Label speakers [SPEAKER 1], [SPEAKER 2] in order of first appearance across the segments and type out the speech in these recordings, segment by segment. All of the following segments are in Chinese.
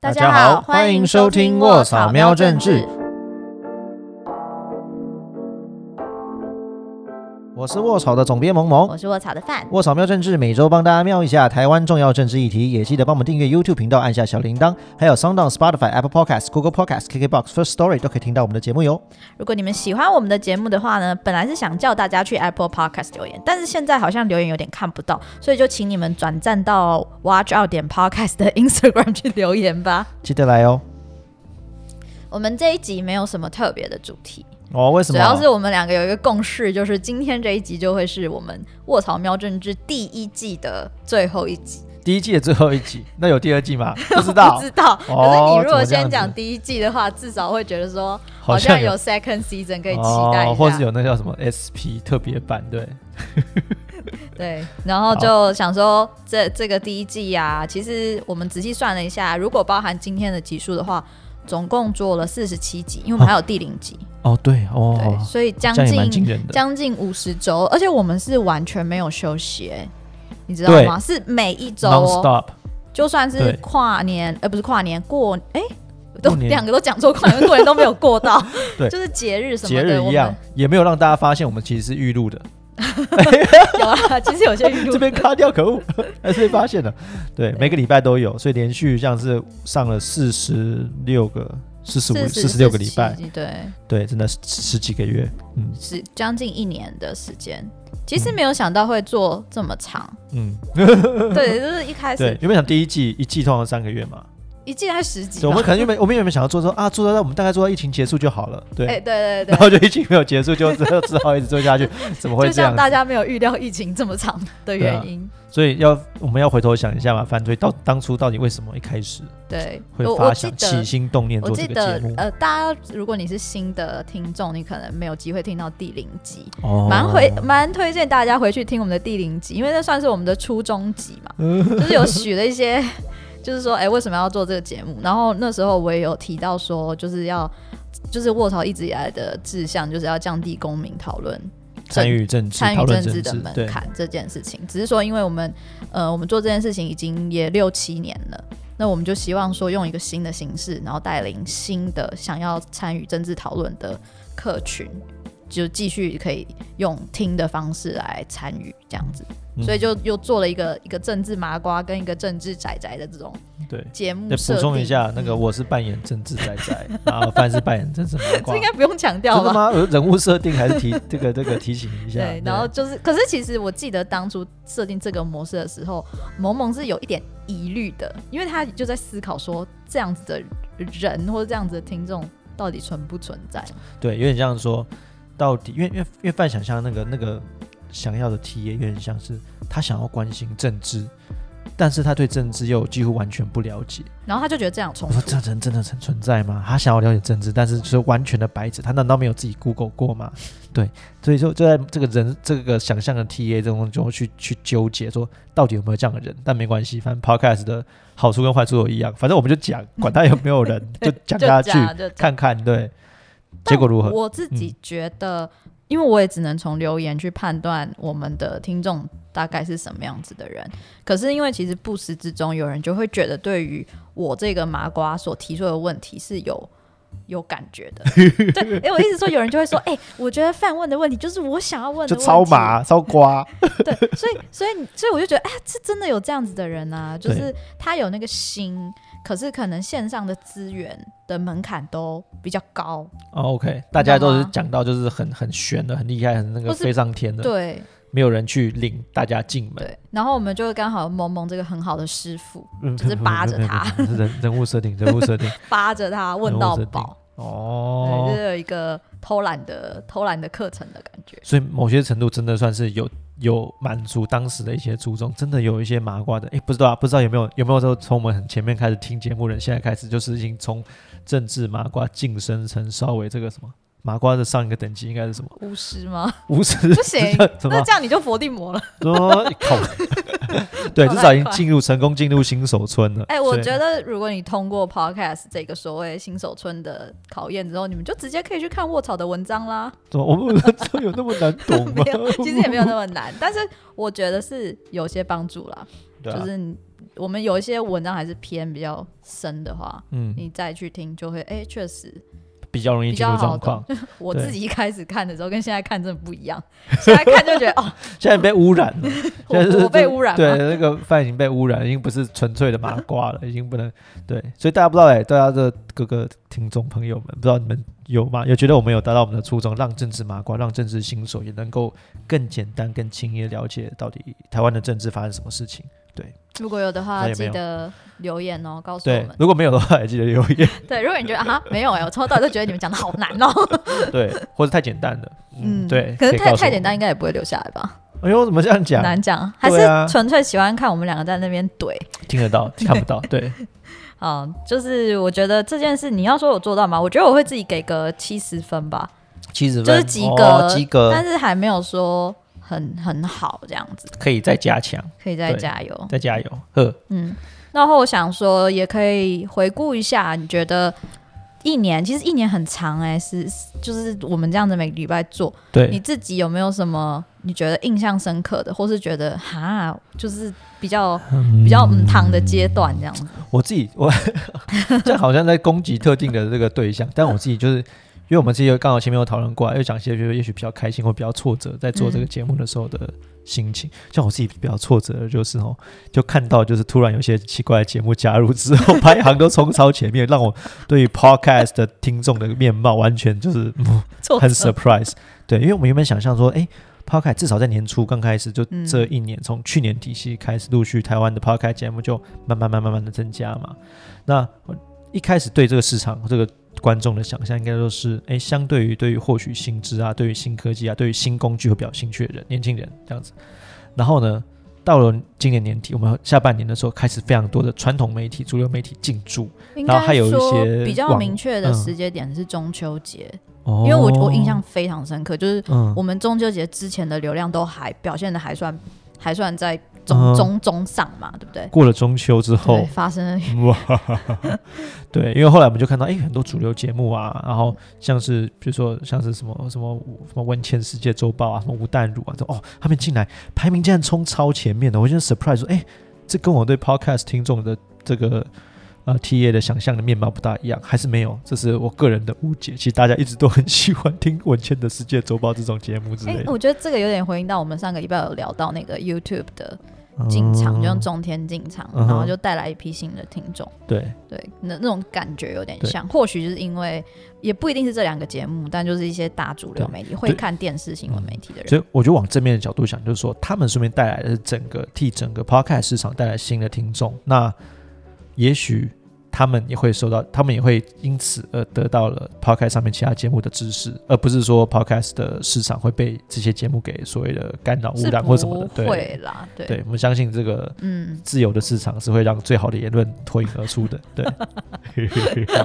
[SPEAKER 1] 大家好，欢迎收听《卧草喵政治》，
[SPEAKER 2] 我是卧草的总编萌萌
[SPEAKER 1] 我。是卧草的范。
[SPEAKER 2] 卧草喵政治每周帮大家瞄一下台湾重要政治议题，也记得帮我们订阅 YouTube 频道，按下小铃铛，还有 Sound on Spotify、Apple Podcasts、Google Podcasts、KKBox、First Story 都可以听到我们的节目哟。
[SPEAKER 1] 如果你们喜欢我们的节目的话呢，本来是想叫大家去 Apple Podcast 留言，但是现在好像留言有点看不到，所以就请你们转战到 Watch Out 点 Podcast 的 Instagram 去留言吧。
[SPEAKER 2] 记得来哦。
[SPEAKER 1] 我们这一集没有什么特别的主题，
[SPEAKER 2] 哦，为什
[SPEAKER 1] 主
[SPEAKER 2] 么？
[SPEAKER 1] 要是我们两个有一个共识，就是今天这一集就会是我们《卧草喵政治》第一季的最后一集。
[SPEAKER 2] 第一季的最后一集，那有第二季 吗？不知
[SPEAKER 1] 不
[SPEAKER 2] 道
[SPEAKER 1] 知，道。可是
[SPEAKER 2] 哦
[SPEAKER 1] 你如果
[SPEAKER 2] 怎么这样
[SPEAKER 1] 先
[SPEAKER 2] 子
[SPEAKER 1] 讲第一季的话，至少会觉得说
[SPEAKER 2] 好
[SPEAKER 1] 好像
[SPEAKER 2] 像
[SPEAKER 1] 有 second season 可以期待一下，
[SPEAKER 2] 哦，或是有那叫什么 SP 特别版，对，
[SPEAKER 1] 对，然后就想说这这个第一季啊，其实我们仔细算了一下，如果包含今天的集数的话，总共做了四十七集，因为我们还有第零集，
[SPEAKER 2] 哦对，哦
[SPEAKER 1] 对，，所以将
[SPEAKER 2] 这样也蛮惊
[SPEAKER 1] 近
[SPEAKER 2] 人的。
[SPEAKER 1] 将近五十周，而且我们是完全没有休息、哎，你知道
[SPEAKER 2] 对
[SPEAKER 1] 吗？是每一周
[SPEAKER 2] Non
[SPEAKER 1] 哦，
[SPEAKER 2] stop，
[SPEAKER 1] 就算是
[SPEAKER 2] 对
[SPEAKER 1] 跨年，呃，不是跨年过，哎、都
[SPEAKER 2] 过年，
[SPEAKER 1] 两个都讲错，跨年过年都没有过到
[SPEAKER 2] 对
[SPEAKER 1] 就是节日什么
[SPEAKER 2] 节
[SPEAKER 1] 的，
[SPEAKER 2] 日
[SPEAKER 1] 我
[SPEAKER 2] 一
[SPEAKER 1] 们
[SPEAKER 2] 样，也没有让大家发现我们其实是预录的。
[SPEAKER 1] 有啊，其实有些预录
[SPEAKER 2] 这边卡掉，可恶，还是被发现了。对，每个礼拜都有，所以连续这样是上了四十六个、四十五、四十六个礼拜，，
[SPEAKER 1] 47对。
[SPEAKER 2] 对，真的是十几个月。嗯
[SPEAKER 1] 是将近一年的时间。其实没有想到会做这么 长，
[SPEAKER 2] 嗯，
[SPEAKER 1] 对，就是一开
[SPEAKER 2] 对
[SPEAKER 1] 始，
[SPEAKER 2] 原本想第一季一季通常三个月嘛，
[SPEAKER 1] 一季才十集
[SPEAKER 2] 对，
[SPEAKER 1] 吧
[SPEAKER 2] 我们可能原本我们 原本想要做说啊，做到我们大概做到疫情结束就好了，对。
[SPEAKER 1] 哎、对对
[SPEAKER 2] 然
[SPEAKER 1] 对。
[SPEAKER 2] 后就疫情没有结束，就只有只好一直做下 去，怎么会
[SPEAKER 1] 就
[SPEAKER 2] 这样
[SPEAKER 1] 像
[SPEAKER 2] 子？
[SPEAKER 1] 大家没有预料疫情这么长的原因，
[SPEAKER 2] 所以要我们要回头想一下嘛，犯罪到当初到底为什么一开始
[SPEAKER 1] 对，
[SPEAKER 2] 啊会
[SPEAKER 1] 我
[SPEAKER 2] 发
[SPEAKER 1] 我记
[SPEAKER 2] 想
[SPEAKER 1] 得
[SPEAKER 2] 起心动念
[SPEAKER 1] 我
[SPEAKER 2] 做
[SPEAKER 1] 记
[SPEAKER 2] 这个
[SPEAKER 1] 得
[SPEAKER 2] 节目？
[SPEAKER 1] 呃，大家如果你是新的听众，你可能没有机会听到第零集，
[SPEAKER 2] 哦
[SPEAKER 1] 蛮回蛮推荐大家回去听我们的第零集，因为那算是我们的初中集嘛，就是有许了一些，就是说，哎、为什么要做这个节目？然后那时候我也有提到说，就是要，就是卧槽一直以来的志向就是要降低公民讨论。
[SPEAKER 2] 参与政治、
[SPEAKER 1] 参
[SPEAKER 2] 讨
[SPEAKER 1] 与
[SPEAKER 2] 论
[SPEAKER 1] 政治的门
[SPEAKER 2] 对，
[SPEAKER 1] 槛这件事情，只是说，因为我们，呃，我们做这件事情已经也六七年了，那我们就希望说用一个新的形式，然后带领新的想要参与政治讨论的客群，就继续可以用听的方式来参与这样子，
[SPEAKER 2] 嗯
[SPEAKER 1] 所以就又做了一个一个政治麻瓜跟一个政治宅宅的这种
[SPEAKER 2] 对。
[SPEAKER 1] 节目
[SPEAKER 2] 再
[SPEAKER 1] 嗯设
[SPEAKER 2] 补充一
[SPEAKER 1] 定嗯
[SPEAKER 2] 下，那个我是扮演政治仔仔，然后范是扮演政治麻 瓜
[SPEAKER 1] 这应，该不用强调
[SPEAKER 2] 真的
[SPEAKER 1] 吧？
[SPEAKER 2] 吗？有呃人物设定还是提这个这个提醒一下？
[SPEAKER 1] 对，然后就是，可是其实我记得当初设定这个模式的时候，萌萌是有一点疑虑的，因为他就在思考说，这样子的人或者这样子的听众到底存不存在？
[SPEAKER 2] 对，有点像说，到底因为因为因为范想象那个那个想要的 T 也有点像是他想要关心政治，但是他对政治又几乎完全不了解。
[SPEAKER 1] 然后他就觉得这样有冲
[SPEAKER 2] 我说
[SPEAKER 1] 突，
[SPEAKER 2] 这人真的存存在吗？他想要了解政治，但是就是完全的白纸，他难道没有自己 Google 过吗？ 对，所以就就在这个人这个想象的 TA 这种中去去纠结，说到底有没有这样的人？但没关系，反正 Podcast 的好处跟坏处都一样，反正我们就讲，管他有没 有人，就讲下去
[SPEAKER 1] 就讲就讲
[SPEAKER 2] 看看，对，结果如何？嗯
[SPEAKER 1] 我自己觉得，因为我也只能从留言去判断我们的听众大概是什么样子的人。可是因为其实不时之中有人就会觉得，对于我这个麻瓜所提出的问题是有。有感觉 的，对，哎、我一直说有人就会说，哎、我觉得范问的问题就是我想要问的
[SPEAKER 2] 就
[SPEAKER 1] 问题，
[SPEAKER 2] 超麻 超瓜，
[SPEAKER 1] 对，所以所以所以我就觉得，哎，这真的有这样子的人啊，就
[SPEAKER 2] 对
[SPEAKER 1] 是他有那个心，可是可能线上的资源的门槛都比较高，
[SPEAKER 2] 哦，OK，大家都
[SPEAKER 1] 你知
[SPEAKER 2] 是
[SPEAKER 1] 道吗
[SPEAKER 2] 讲到就是很很悬的、很厉害、很那个
[SPEAKER 1] 或是
[SPEAKER 2] 飞上天的，
[SPEAKER 1] 对
[SPEAKER 2] 没有人去领大家进门。
[SPEAKER 1] 对。然后我们就刚好萌萌这个很好的师傅，就是扒着他
[SPEAKER 2] 嗯，嗯嗯嗯嗯嗯人人物设定，人物 设定。
[SPEAKER 1] 扒着他问到饱，对，就
[SPEAKER 2] 哦，
[SPEAKER 1] 是有一个偷懒的偷懒的课程的感觉。
[SPEAKER 2] 所以某些程度真的算是有有满足当时的一些初衷，真的有一些麻瓜的，哎，不知道啊，不知道有没有有没有说从我们很前面开始听节目的人，现在开始就是已经从政治麻瓜晋升成稍微这个什么麻瓜的上一个等级应该是什么
[SPEAKER 1] 巫师吗？
[SPEAKER 2] 无耻
[SPEAKER 1] 不行
[SPEAKER 2] 什
[SPEAKER 1] 那
[SPEAKER 2] 么
[SPEAKER 1] 这样你就佛地魔 了。
[SPEAKER 2] 多 靠，对，
[SPEAKER 1] 靠
[SPEAKER 2] 至少已
[SPEAKER 1] 太
[SPEAKER 2] 经
[SPEAKER 1] 快
[SPEAKER 2] 进入成功进入新手村了。
[SPEAKER 1] 哎、我
[SPEAKER 2] 所以
[SPEAKER 1] 觉得如果你通过 podcast 这个所谓新手村的考验之后，你们就直接可以去看卧槽的文章 啦。
[SPEAKER 2] 怎么我们的村有那么难懂吗
[SPEAKER 1] 没？有，其实也没有那么难，但是我觉得是有些帮助啦。
[SPEAKER 2] 对啊
[SPEAKER 1] 就是我们有一些文章还是偏比较深的话，
[SPEAKER 2] 嗯，
[SPEAKER 1] 你再去听就会，哎，确实
[SPEAKER 2] 比较容易
[SPEAKER 1] 比
[SPEAKER 2] 进
[SPEAKER 1] 较
[SPEAKER 2] 入
[SPEAKER 1] 好
[SPEAKER 2] 状
[SPEAKER 1] 懂
[SPEAKER 2] 况。。
[SPEAKER 1] 我
[SPEAKER 2] 对
[SPEAKER 1] 自己一开始看的时候跟现在看真的不一样，现在看就觉得 哦，
[SPEAKER 2] 现在被污染 了，现在是
[SPEAKER 1] 我我被污染
[SPEAKER 2] 对，
[SPEAKER 1] 了。
[SPEAKER 2] 那个饭已经被污染，已经不是纯粹的麻瓜 了，已经不能对，所以大家不知道哎、大家的各个听众朋友们，不知道你们有吗？有觉得我们有达到我们的初衷，让政治麻瓜，让政治新手也能够更简单、更轻易的了解到底台湾的政治发生什么事情。
[SPEAKER 1] 如果有的话，
[SPEAKER 2] 那也没
[SPEAKER 1] 记
[SPEAKER 2] 有
[SPEAKER 1] 得留言哦，告诉我
[SPEAKER 2] 对
[SPEAKER 1] 们，。
[SPEAKER 2] 如果没有的话，也记得留 言，
[SPEAKER 1] 对，如果你觉得啊没有哎，我从头到尾都觉得你们讲的好难哦。
[SPEAKER 2] 对，或者太简单了，嗯，对，
[SPEAKER 1] 可是
[SPEAKER 2] 以
[SPEAKER 1] 太
[SPEAKER 2] 告诉
[SPEAKER 1] 太
[SPEAKER 2] 我
[SPEAKER 1] 简单，应
[SPEAKER 2] 们。
[SPEAKER 1] 该也不会留下来吧？
[SPEAKER 2] 哎呦，怎么这样讲？
[SPEAKER 1] 难讲，还是
[SPEAKER 2] 对啊
[SPEAKER 1] 纯粹喜欢看我们两个在那边怼。
[SPEAKER 2] 听得到，看不到， 对，
[SPEAKER 1] 嗯，就是我觉得这件事，你要说我做到吗？我觉得我会自己给个七十分吧，
[SPEAKER 2] 七十分
[SPEAKER 1] 就是及格，
[SPEAKER 2] 哦及格，
[SPEAKER 1] 但是还没有说很很好这样子，
[SPEAKER 2] 可以再加强，
[SPEAKER 1] 可以再
[SPEAKER 2] 对
[SPEAKER 1] 加油。
[SPEAKER 2] 再加油，呵，
[SPEAKER 1] 嗯，然后我想说，也可以回顾一下，你觉得一年其实一年很长哎、是是就是我们这样子每个礼拜做，
[SPEAKER 2] 对，
[SPEAKER 1] 你自己有没有什么你觉得印象深刻的，或是觉得哈，就是比较比较嗯糖的阶段这样子？
[SPEAKER 2] 我自己我 这好像在攻击特定的这个对象，但我自己就是。因为我们自己刚好前面有讨论过啊，又讲一些就是也许比较开心或比较挫折，在做这个节目的时候的心情。像我自己比较挫折的就是哦，就看到就是突然有些奇怪的节目加入之后， 排行都冲超前面，让我对于 podcast 的听众的面貌完全就是
[SPEAKER 1] 做
[SPEAKER 2] 很 surprise。对，因为我们原本想象说，哎、p o d c a s t 至少在年初刚开始，就
[SPEAKER 1] 嗯
[SPEAKER 2] 这一年，从、去年底期开始，陆续台湾的 podcast 节目就慢慢、慢慢、慢慢的增加嘛。那我一开始对这个市场、这个观众的想象，应该说是，哎、相对于对于获取新知啊、对于新科技啊、对于新工具会比较有兴趣的人，年轻人这样子。然后呢，到了今年年底，我们下半年的时候，开始非常多的传统媒体、主流媒体进驻。
[SPEAKER 1] 应
[SPEAKER 2] 然后还
[SPEAKER 1] 该
[SPEAKER 2] 有一
[SPEAKER 1] 说
[SPEAKER 2] 些
[SPEAKER 1] 比较
[SPEAKER 2] 网
[SPEAKER 1] 明确的
[SPEAKER 2] 嗯
[SPEAKER 1] 时间点是中秋节，
[SPEAKER 2] 哦
[SPEAKER 1] 因为我我印象，非常深刻，就是
[SPEAKER 2] 嗯
[SPEAKER 1] 我们中秋节之前的流量都还表现的还算还算在中
[SPEAKER 2] 嗯哦
[SPEAKER 1] 中中上嘛，对不对？
[SPEAKER 2] 过了中秋之后
[SPEAKER 1] 对，，发生了
[SPEAKER 2] 哇， 对，因为后来我们就看到，哎、很多主流节目啊，然后像是比如说像是什么什么什么温茜世界周报啊，什么吴淡如啊，这哦，他们进来排名竟然冲超前面的，我就 surprise 说，哎、这跟我对 podcast 听众的这个呃 TA 的想象的面貌不大一样，还是没有，这是我个人的误解。其实大家一直都很喜欢听文茜的世界周报这种节目之
[SPEAKER 1] 哎、
[SPEAKER 2] 类的，
[SPEAKER 1] 我觉得这个有点回应到我们上个礼拜有聊到那个 YouTube 的
[SPEAKER 2] 嗯
[SPEAKER 1] 进场，就像中天进场，
[SPEAKER 2] 嗯哼
[SPEAKER 1] 然后就带来一批新的听众。
[SPEAKER 2] 对
[SPEAKER 1] 对，那那种感觉有点
[SPEAKER 2] 对
[SPEAKER 1] 像，或许就是因为也不一定是这两个节目，但就是一些大主流
[SPEAKER 2] 对
[SPEAKER 1] 媒体会看电视新闻媒体的人，
[SPEAKER 2] 所以我就往正面的角度想，就是说他们顺便带来的是整个替整个 podcast 市场带来新的听众，那也许他们也会受到，他们也会因此而得到了 podcast 上面其他节目的知识，而不是说 podcast 的市场会被这些节目给所谓的干扰、污
[SPEAKER 1] 是
[SPEAKER 2] 染或什么的。
[SPEAKER 1] 不会
[SPEAKER 2] 对，
[SPEAKER 1] 啦，对，
[SPEAKER 2] 对，我们相信这个
[SPEAKER 1] 嗯，
[SPEAKER 2] 自由的市场是会让最好的言论脱颖而出的。 对，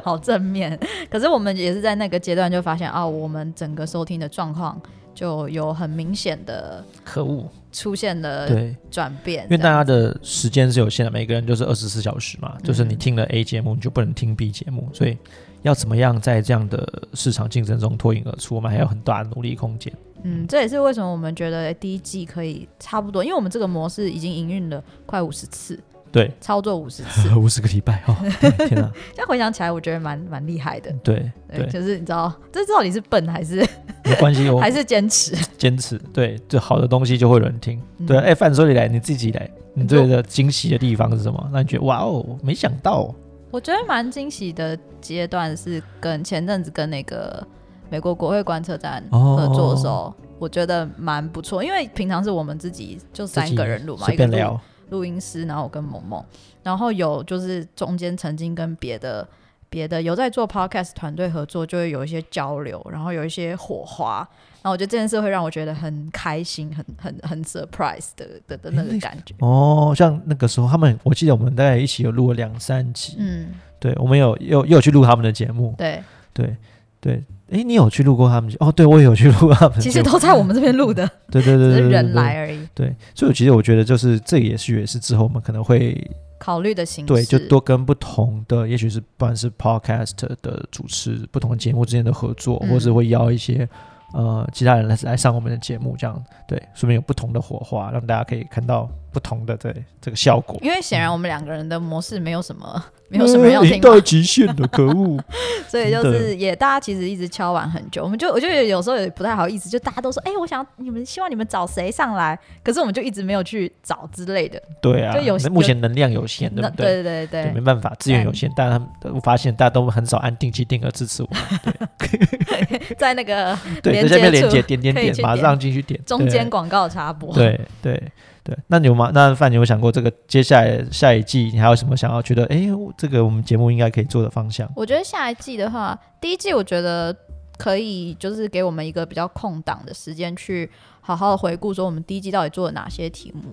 [SPEAKER 1] 好正面。可是我们也是在那个阶段就发现啊，我们整个收听的状况就有很明显的
[SPEAKER 2] 可恶，
[SPEAKER 1] 出现了
[SPEAKER 2] 对。
[SPEAKER 1] 转变，
[SPEAKER 2] 因为
[SPEAKER 1] 这
[SPEAKER 2] 大
[SPEAKER 1] 样
[SPEAKER 2] 家的时间是有限的，每个人就是二十四小时嘛，就是你
[SPEAKER 1] 嗯
[SPEAKER 2] 听了 A 节目，你就不能听 B 节目，所以要怎么样在这样的市场竞争中脱颖而出，我们还有很大的努力空间。
[SPEAKER 1] 嗯，这也是为什么我们觉得哎第一季可以差不多，因为我们这个模式已经营运了快五十次，
[SPEAKER 2] 对，，
[SPEAKER 1] 操作 五十次
[SPEAKER 2] 五十个礼拜哦，对天哪，
[SPEAKER 1] 现在回想起来，我觉得蛮蛮厉害的。
[SPEAKER 2] 对
[SPEAKER 1] 对，
[SPEAKER 2] 对，
[SPEAKER 1] 就是你知道，这到底是笨还是
[SPEAKER 2] 没关系，我哦
[SPEAKER 1] 还是坚持？
[SPEAKER 2] 坚持，对，就好的东西就会有人听。
[SPEAKER 1] 嗯
[SPEAKER 2] 对，哎，范说你来，你自己来，你觉得惊喜的地方是什么？让你觉得哇哦，没想到哦，
[SPEAKER 1] 我觉得蛮惊喜的阶段是跟前阵子跟那个美国国会观测站
[SPEAKER 2] 哦
[SPEAKER 1] 合作的时候，我觉得蛮不错，因为平常是我们自己就
[SPEAKER 2] 自
[SPEAKER 1] 三
[SPEAKER 2] 己
[SPEAKER 1] 个人录嘛，
[SPEAKER 2] 随
[SPEAKER 1] 一个
[SPEAKER 2] 便
[SPEAKER 1] 录
[SPEAKER 2] 聊，
[SPEAKER 1] 录音师，然后我跟萌萌，然后有就是中间曾经跟别的。别的有在做 podcast 团队合作，就会有一些交流，然后有一些火花，然后我觉得这件事会让我觉得很开心，很很很 surprise 的的的那
[SPEAKER 2] 诶
[SPEAKER 1] 个
[SPEAKER 2] 那
[SPEAKER 1] 感觉。
[SPEAKER 2] 哦，像那个时候他们，我记得我们大概一起有录了两三集，
[SPEAKER 1] 嗯，
[SPEAKER 2] 对，我们有又又有去录他们的节目，
[SPEAKER 1] 对，
[SPEAKER 2] 对对，诶，你有去录过他们节？哦，对，我也有去录过他们的节
[SPEAKER 1] 其
[SPEAKER 2] 目，
[SPEAKER 1] 实都在我们这边录的，
[SPEAKER 2] 对对
[SPEAKER 1] 只
[SPEAKER 2] 对对
[SPEAKER 1] 是
[SPEAKER 2] 对
[SPEAKER 1] 人
[SPEAKER 2] 对
[SPEAKER 1] 来而已。
[SPEAKER 2] 对，所以我其实我觉得就是这也是也是之后我们可能会
[SPEAKER 1] 考虑的形式，
[SPEAKER 2] 对就多跟不同的，也许是不管是 podcast 的主持不同节目之间的合作，
[SPEAKER 1] 嗯
[SPEAKER 2] 或是会邀一些呃其他人来来上我们的节目，这样对，说明有不同的火花，让大家可以看到不同的对这个效果。
[SPEAKER 1] 因为显然我们两个人的模式没有什么，没有什么人要
[SPEAKER 2] 呃已
[SPEAKER 1] 听嘛
[SPEAKER 2] 到极限了，可恶！
[SPEAKER 1] 所以就
[SPEAKER 2] 真的
[SPEAKER 1] 是也大家其实一直敲碗很久，我们就我就觉得有时候也不太好意思，就大家都说，哎、我想要你们希望你们找谁上来，可是我们就一直没有去找之类的。
[SPEAKER 2] 对啊，
[SPEAKER 1] 就有
[SPEAKER 2] 那目前能量有限，对
[SPEAKER 1] 那
[SPEAKER 2] 不对？
[SPEAKER 1] 对对对嗯
[SPEAKER 2] 对，没
[SPEAKER 1] 对，
[SPEAKER 2] 办法，资源有限，但他们我发现大家都很少按定期定额支 持我们。
[SPEAKER 1] 在那个
[SPEAKER 2] 对，
[SPEAKER 1] 连
[SPEAKER 2] 在下面
[SPEAKER 1] 接
[SPEAKER 2] 连
[SPEAKER 1] 处
[SPEAKER 2] 接点点
[SPEAKER 1] 可以
[SPEAKER 2] 点
[SPEAKER 1] 去，
[SPEAKER 2] 马
[SPEAKER 1] 点
[SPEAKER 2] 上进去点。
[SPEAKER 1] 中间
[SPEAKER 2] 对
[SPEAKER 1] 广告插播。
[SPEAKER 2] 对对对，那你有吗？那范，你有想过这个接下来下一季你还有什么想要觉得？哎，这个我们节目应该可以做的方向？
[SPEAKER 1] 我觉得下一季的话，第一季我觉得可以就是给我们一个比较空档的时间去好好的回顾，说我们第一季到底做了哪些题目，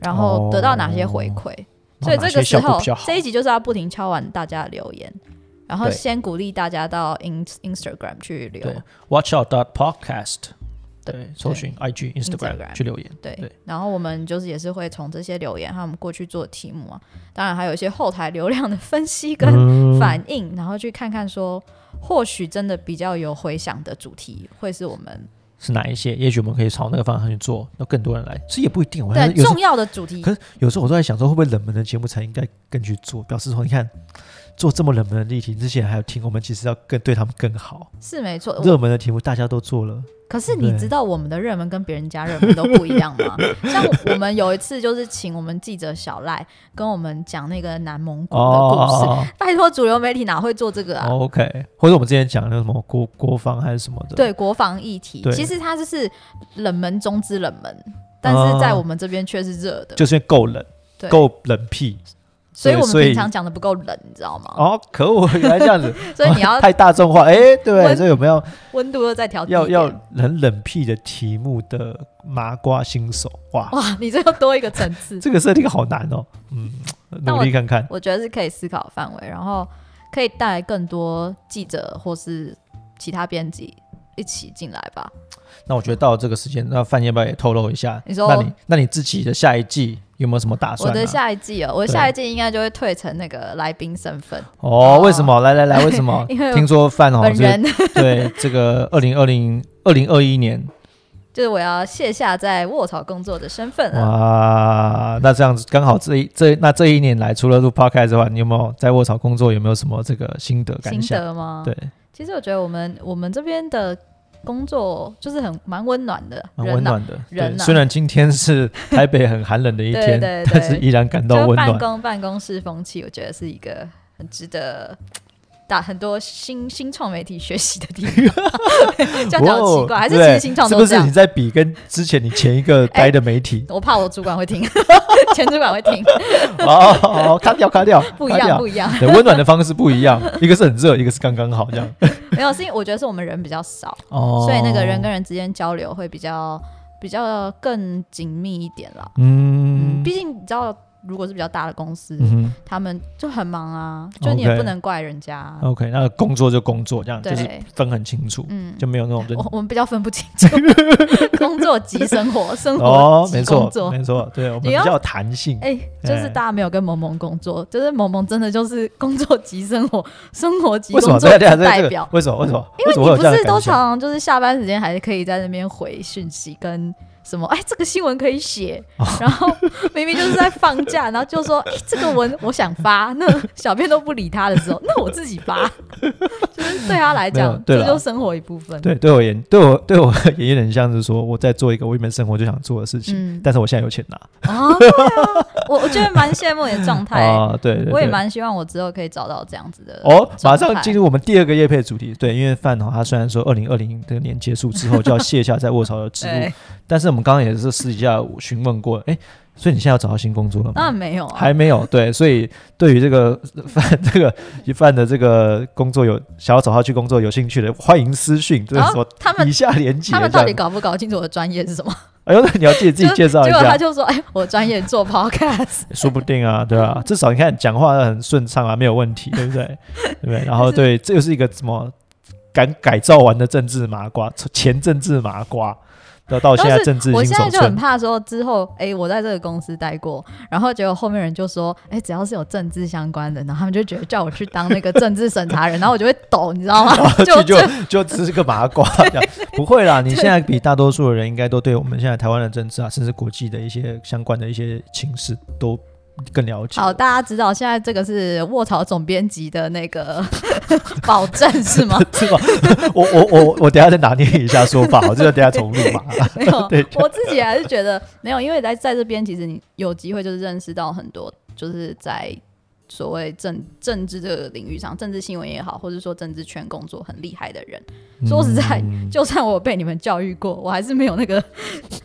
[SPEAKER 1] 然
[SPEAKER 2] 哦
[SPEAKER 1] 后得到哪些回馈。所以
[SPEAKER 2] 哪
[SPEAKER 1] 这
[SPEAKER 2] 些
[SPEAKER 1] 个时
[SPEAKER 2] 效果
[SPEAKER 1] 候
[SPEAKER 2] 比较好
[SPEAKER 1] 这一集就是要不停敲完大家的留言，然后
[SPEAKER 2] 对
[SPEAKER 1] 先鼓励大家到 in Instagram 去留
[SPEAKER 2] 对，Watch Out dot Podcast，
[SPEAKER 1] 对
[SPEAKER 2] 对，搜寻 IG、Instagram
[SPEAKER 1] Instagram
[SPEAKER 2] 去留言。
[SPEAKER 1] 对，
[SPEAKER 2] 对
[SPEAKER 1] 然后我们就是也是会从这些留言和我们过去做题目啊，当然还有一些后台流量的分析跟
[SPEAKER 2] 嗯
[SPEAKER 1] 反应，然后去看看说，或许真的比较有回响的主题会是我们
[SPEAKER 2] 是哪一些？也许我们可以朝那个方向去做，那更多人来。其实也不一定，我还
[SPEAKER 1] 对
[SPEAKER 2] 是有时候
[SPEAKER 1] 重要的主题
[SPEAKER 2] 可。有时候我都在想说，会不会冷门的节目才应该更去做？表示说，你看做这么冷门的例题，之前还有听我们，其实要更对他们更好。
[SPEAKER 1] 是没错。我
[SPEAKER 2] 热门的题目大家都做了，
[SPEAKER 1] 可是你
[SPEAKER 2] 对
[SPEAKER 1] 知道我们的热门跟别人家热门都不一样 吗？像我们有一次就是请我们记者小赖跟我们讲那个南蒙古的故事。
[SPEAKER 2] 哦
[SPEAKER 1] 拜托，主流媒体哪会做这个啊？
[SPEAKER 2] o k 或者我们之前讲那个什么国国防还是什么的，
[SPEAKER 1] 对国防议题，
[SPEAKER 2] 对
[SPEAKER 1] 其实它就是冷门中之冷门，但是在我们这边却是热的，
[SPEAKER 2] 就是因为够冷
[SPEAKER 1] 对，
[SPEAKER 2] 够冷僻。
[SPEAKER 1] 所以我们
[SPEAKER 2] 所以
[SPEAKER 1] 平常讲的不够冷，你知道吗？
[SPEAKER 2] 哦，可恶，原来这样子，
[SPEAKER 1] 所以你要
[SPEAKER 2] 太大众化，哎，对，
[SPEAKER 1] 温哦
[SPEAKER 2] 所以我们要
[SPEAKER 1] 温度又再调低一
[SPEAKER 2] 要
[SPEAKER 1] 点。
[SPEAKER 2] 要很冷僻的题目的麻瓜新手，哇，
[SPEAKER 1] 哇，你这又多一个层次，
[SPEAKER 2] 这个设定好难哦，嗯，
[SPEAKER 1] 但
[SPEAKER 2] 努
[SPEAKER 1] 我
[SPEAKER 2] 力看看，
[SPEAKER 1] 我觉得是可以思考的范围，然后可以带来更多记者或是其他编辑一起进来吧。
[SPEAKER 2] 那我觉得到了这个时间，那范要不要也透露一下？
[SPEAKER 1] 你说
[SPEAKER 2] 那你那你自己的下一季有没有什么打
[SPEAKER 1] 我
[SPEAKER 2] 算、啊？
[SPEAKER 1] 的下一季哦，我
[SPEAKER 2] 对
[SPEAKER 1] 下一季应该就会退成那个来宾身份，
[SPEAKER 2] 哦，
[SPEAKER 1] 哦
[SPEAKER 2] 为什么？来来来，为什么？
[SPEAKER 1] 因为
[SPEAKER 2] 听说范哦，
[SPEAKER 1] 本
[SPEAKER 2] 就是
[SPEAKER 1] 人
[SPEAKER 2] 对这个二零二零二零二一年，
[SPEAKER 1] 就是我要卸下在卧槽工作的身份了。
[SPEAKER 2] 哇，那这样子刚好这一这那这一年来，除了录 podcast 的话，你有没有在卧槽工作？有没有什么这个心得感
[SPEAKER 1] 心
[SPEAKER 2] 想？
[SPEAKER 1] 得吗？
[SPEAKER 2] 对，
[SPEAKER 1] 其实我觉得我们我们这边的工作就是很蛮温暖的，啊
[SPEAKER 2] 蛮
[SPEAKER 1] 人
[SPEAKER 2] 温
[SPEAKER 1] 呐、
[SPEAKER 2] 暖的。
[SPEAKER 1] 人
[SPEAKER 2] 对，
[SPEAKER 1] 呐
[SPEAKER 2] 虽然今天是台北很寒冷的一
[SPEAKER 1] 对
[SPEAKER 2] 天，
[SPEAKER 1] 对对
[SPEAKER 2] 但是依然感到
[SPEAKER 1] 就
[SPEAKER 2] 温
[SPEAKER 1] 办
[SPEAKER 2] 暖。
[SPEAKER 1] 公办公室风气，我觉得是一个很值得。打很多新新创媒体学习的地方， 这样讲好奇怪，
[SPEAKER 2] 哇哦
[SPEAKER 1] 还是其
[SPEAKER 2] 对
[SPEAKER 1] 实新创
[SPEAKER 2] 是
[SPEAKER 1] 都
[SPEAKER 2] 不
[SPEAKER 1] 这
[SPEAKER 2] 是
[SPEAKER 1] 样哎
[SPEAKER 2] 你？在比跟之前你前 一个待的媒体？
[SPEAKER 1] 我怕我主管会 听，前主管会听，
[SPEAKER 2] 哦哦，哦卡掉卡掉，
[SPEAKER 1] 不一
[SPEAKER 2] 卡
[SPEAKER 1] 样
[SPEAKER 2] 掉
[SPEAKER 1] 不一样。
[SPEAKER 2] 对，温暖的方式不一样， 一个是很热，一个是刚刚好这样。
[SPEAKER 1] 没有，是因为我觉得是我们人比较少，
[SPEAKER 2] 哦，
[SPEAKER 1] 所以那个人跟人之间交流会比较比较更紧密一点啦。嗯，
[SPEAKER 2] 嗯
[SPEAKER 1] 毕竟你知道，如果是比较大的公司，
[SPEAKER 2] 嗯
[SPEAKER 1] 他们就很忙啊，就你也
[SPEAKER 2] OK
[SPEAKER 1] 不能怪人家啊、
[SPEAKER 2] 哼，OK，那工作就工作，这样
[SPEAKER 1] 对
[SPEAKER 2] 就是分很清楚，
[SPEAKER 1] 嗯，
[SPEAKER 2] 就没有那种
[SPEAKER 1] 我
[SPEAKER 2] 人。
[SPEAKER 1] 我们比较分不清楚 工作及生 活，生活
[SPEAKER 2] 哦，
[SPEAKER 1] 及
[SPEAKER 2] 没
[SPEAKER 1] 工
[SPEAKER 2] 错
[SPEAKER 1] 作，。
[SPEAKER 2] 没错，对我们
[SPEAKER 1] 你
[SPEAKER 2] 比
[SPEAKER 1] 要
[SPEAKER 2] 较有弹性。
[SPEAKER 1] 哎、就是
[SPEAKER 2] 哎
[SPEAKER 1] 大家没有跟萌萌工作，就是萌萌真的就是工作及生活， 生活及
[SPEAKER 2] 为什么？
[SPEAKER 1] 工作
[SPEAKER 2] 对
[SPEAKER 1] 之
[SPEAKER 2] 对对，这
[SPEAKER 1] 代
[SPEAKER 2] 个
[SPEAKER 1] 表。
[SPEAKER 2] 为什么？为什么？
[SPEAKER 1] 因
[SPEAKER 2] 为
[SPEAKER 1] 为
[SPEAKER 2] 什
[SPEAKER 1] 你
[SPEAKER 2] 么会有
[SPEAKER 1] 不
[SPEAKER 2] 这样
[SPEAKER 1] 是
[SPEAKER 2] 的
[SPEAKER 1] 都
[SPEAKER 2] 感想？
[SPEAKER 1] 常就是下班时间还可以在那边回讯息跟什么？哎，这个新闻可以写，
[SPEAKER 2] 哦
[SPEAKER 1] 然后明明就是在放假，然后就说哎，这个文我想发，那小编都不理他的时候，那我自己发， 就是对他来
[SPEAKER 2] 没有
[SPEAKER 1] 讲，
[SPEAKER 2] 对
[SPEAKER 1] 这
[SPEAKER 2] 啦
[SPEAKER 1] 就是生活一部分。
[SPEAKER 2] 对，对我也对我对我而言有点像是说我在做一个我原本生活就想做的事情，
[SPEAKER 1] 嗯，
[SPEAKER 2] 但是我现在有钱拿
[SPEAKER 1] 哦，对啊，我我觉得蛮羡慕你的状态，欸
[SPEAKER 2] 啊，对对，
[SPEAKER 1] 我也
[SPEAKER 2] 对
[SPEAKER 1] 蛮希望我之后可以找到这样子的
[SPEAKER 2] 哦，马
[SPEAKER 1] 状态
[SPEAKER 2] 上进入我们第二个业配主题。对，因为范哦，他虽然说二零二 零这个年结束之后就要卸下在卧槽的职务，
[SPEAKER 1] 对，
[SPEAKER 2] 但是我们刚刚也是私底下询问过，哎，所以你现在要找到新工作了
[SPEAKER 1] 当然
[SPEAKER 2] 吗？
[SPEAKER 1] 没有啊，
[SPEAKER 2] 还没有，对，所以对于这个呃范这个一范的这个工作有想要找他去工作有兴趣的，欢迎私讯，这
[SPEAKER 1] 然后
[SPEAKER 2] 是什么
[SPEAKER 1] 哦他们
[SPEAKER 2] 以下连接
[SPEAKER 1] 他们
[SPEAKER 2] 这
[SPEAKER 1] 到底
[SPEAKER 2] 样。
[SPEAKER 1] 搞不搞清楚我的专业是什么？
[SPEAKER 2] 哎呦，那你要记得自己介绍一
[SPEAKER 1] 结果他
[SPEAKER 2] 下，
[SPEAKER 1] 就说：“哎，我专业做 podcast，
[SPEAKER 2] 说不定啊，对吧？至少你看讲话很顺畅啊，没有 问题，对不对？对不对？然后对，这又是一个什么敢改造完的政治麻瓜，前政治麻瓜，到到现在政治
[SPEAKER 1] 我
[SPEAKER 2] 新
[SPEAKER 1] 现在
[SPEAKER 2] 手
[SPEAKER 1] 就很
[SPEAKER 2] 村，
[SPEAKER 1] 怕说之后，哎、我在这个公司待过，然后结果后面人就说，哎、只要是有政治相关的，然后他们就觉得叫我去当那个政治审查人，然后我就会抖，你知道吗？
[SPEAKER 2] 哦就
[SPEAKER 1] 就
[SPEAKER 2] 就就只是个麻瓜这 样。不会啦，你现在比大多数的人应该都对我们现在台湾的政治啊，甚至国际的一些相关的一些情势都更了解。
[SPEAKER 1] 好，大家知道现在这个是卧槽总编辑的那个 保证是吗？
[SPEAKER 2] 这个我我我我等一下再拿捏一下说法，好，这个等一下重录 嘛。
[SPEAKER 1] 没有
[SPEAKER 2] 对，
[SPEAKER 1] 我自己还是觉得没有，因为在在这边，其实你有机会就是认识到很多，就是在所谓政政治这个领域上，政治新闻也好，或者说政治圈工作很厉害的人。说实在
[SPEAKER 2] 嗯
[SPEAKER 1] 就算我被你们教育过，我还是没有那个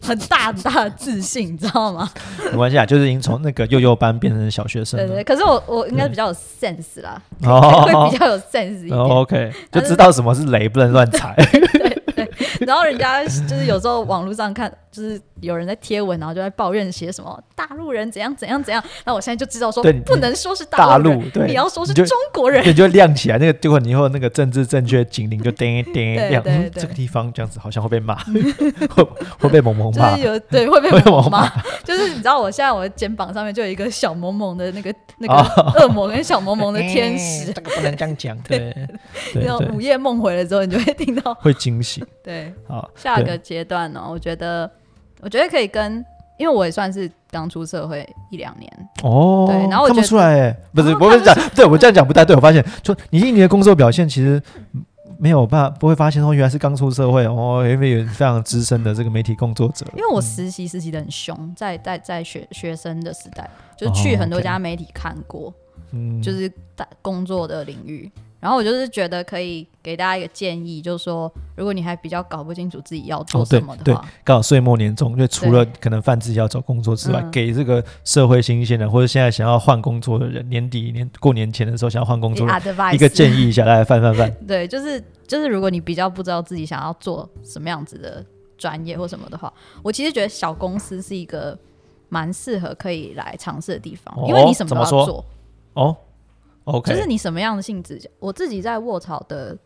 [SPEAKER 1] 很大很大的自信，你知道吗？
[SPEAKER 2] 没关系啊，就是已经从那个幼幼班变成小学生
[SPEAKER 1] 对
[SPEAKER 2] 了。
[SPEAKER 1] 对，对可是我我应该比较有 sense 啦，会
[SPEAKER 2] 哦
[SPEAKER 1] 比较有 sense 一点。
[SPEAKER 2] 哦，OK，就知道什么是雷，不能乱踩。
[SPEAKER 1] 然后人家就是有时候网络上看，就是有人在贴文，然后就在抱怨写什么大陆人怎样怎样怎样。然后我现在就知道说
[SPEAKER 2] 对你，
[SPEAKER 1] 不能说是
[SPEAKER 2] 大
[SPEAKER 1] 陆人，
[SPEAKER 2] 陆对
[SPEAKER 1] 你要说是
[SPEAKER 2] 你就
[SPEAKER 1] 中国人。
[SPEAKER 2] 对，就亮起来，那个结果你以后那个政治正确警铃就叮叮
[SPEAKER 1] 对
[SPEAKER 2] 亮，
[SPEAKER 1] 对
[SPEAKER 2] 嗯
[SPEAKER 1] 对
[SPEAKER 2] 这个地方这样子好像会 被骂，会会被萌萌
[SPEAKER 1] 就
[SPEAKER 2] 骂
[SPEAKER 1] 是。有对会被
[SPEAKER 2] 会被
[SPEAKER 1] 我
[SPEAKER 2] 我
[SPEAKER 1] 骂，就是你知道我现在我的肩膀上面就有一个小萌萌的那个那
[SPEAKER 2] 哦
[SPEAKER 1] 个恶魔跟小萌萌的天使
[SPEAKER 2] 哎，这个不能这样讲。对 对
[SPEAKER 1] 那种
[SPEAKER 2] 对，
[SPEAKER 1] 午夜梦回了之后，你就会听到。
[SPEAKER 2] 会惊喜。
[SPEAKER 1] 对，
[SPEAKER 2] 好，
[SPEAKER 1] 下
[SPEAKER 2] 对
[SPEAKER 1] 个阶段呢、我觉得我觉得可以跟，因为我也算是刚出社会一两年，
[SPEAKER 2] 哦，
[SPEAKER 1] 对然后我
[SPEAKER 2] 看不
[SPEAKER 1] 觉得
[SPEAKER 2] 出来欸，不是，
[SPEAKER 1] 哦
[SPEAKER 2] 我
[SPEAKER 1] 看
[SPEAKER 2] 跟你
[SPEAKER 1] 不
[SPEAKER 2] 讲，对我这样讲不太对，我发现，就你一年的工作表现其实。没有办法，不会发现哦，原来是刚出社会哦，因为有非常资深的这个媒体工作者，
[SPEAKER 1] 因为我实习实习的很凶，在在在学学生的时代，就是去
[SPEAKER 2] 哦
[SPEAKER 1] 很多
[SPEAKER 2] OK
[SPEAKER 1] 家媒体看过，
[SPEAKER 2] 嗯，
[SPEAKER 1] 就是大工作的领域。然后我就是觉得可以给大家一个建议，就是说，如果你还比较搞不清楚自己要做
[SPEAKER 2] 哦对
[SPEAKER 1] 什么的话，
[SPEAKER 2] 刚好岁末年终，就除了
[SPEAKER 1] 对
[SPEAKER 2] 可能泛自己要找工作之外，
[SPEAKER 1] 嗯
[SPEAKER 2] 给这个社会新鲜人或者现在想要换工作的人，年底年过年前的时候想要换工作的人，
[SPEAKER 1] a d v i
[SPEAKER 2] 一
[SPEAKER 1] c
[SPEAKER 2] 个
[SPEAKER 1] e
[SPEAKER 2] 建议一下，来翻 翻翻，
[SPEAKER 1] 对，就是就是，如果你比较不知道自己想要做什么样子的专业或什么的话，我其实觉得小公司是一个蛮适合可以来尝试的地方，因为
[SPEAKER 2] 哦
[SPEAKER 1] 你什么
[SPEAKER 2] 怎
[SPEAKER 1] 都
[SPEAKER 2] 么
[SPEAKER 1] 要
[SPEAKER 2] 说
[SPEAKER 1] 做，
[SPEAKER 2] 哦 ，OK，
[SPEAKER 1] 就是你什么样的性质。我自己在卧槽的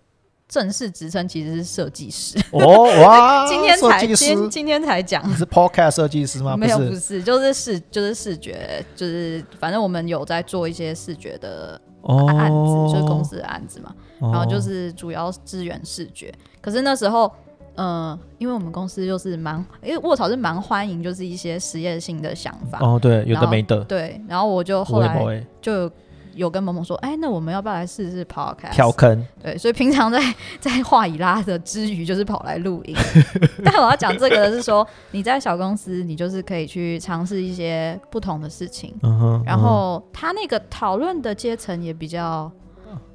[SPEAKER 1] 正式职称其实是设计师，
[SPEAKER 2] 哦哇，
[SPEAKER 1] 今天
[SPEAKER 2] 设
[SPEAKER 1] 才
[SPEAKER 2] 计师
[SPEAKER 1] 今今天才 讲。
[SPEAKER 2] 你是 podcast 设计师吗？
[SPEAKER 1] 没有，
[SPEAKER 2] 不
[SPEAKER 1] 不是，就是视，就是视觉，就是反正我们有在做一些视觉的
[SPEAKER 2] 哦，
[SPEAKER 1] 案子，就是公司的案子嘛。
[SPEAKER 2] 哦，
[SPEAKER 1] 然后就是主要支援视觉。可是那时候，呃，因为我们公司就是蛮，因为卧槽是蛮欢迎，就是一些实验性的想法。
[SPEAKER 2] 哦，对，有的没的，
[SPEAKER 1] 对，然后我就后
[SPEAKER 2] 我也不
[SPEAKER 1] 来
[SPEAKER 2] 会
[SPEAKER 1] 就有跟萌萌说，哎，那我们要不要来试试 podcast？
[SPEAKER 2] 跳坑，
[SPEAKER 1] 对，所以平常在在话以拉的之余，就是跑来录 音。但我要讲这个的是说，你在小公司，你就是可以去尝试一些不同的事情。
[SPEAKER 2] 嗯哼，
[SPEAKER 1] 然后他那个讨论的阶层也比较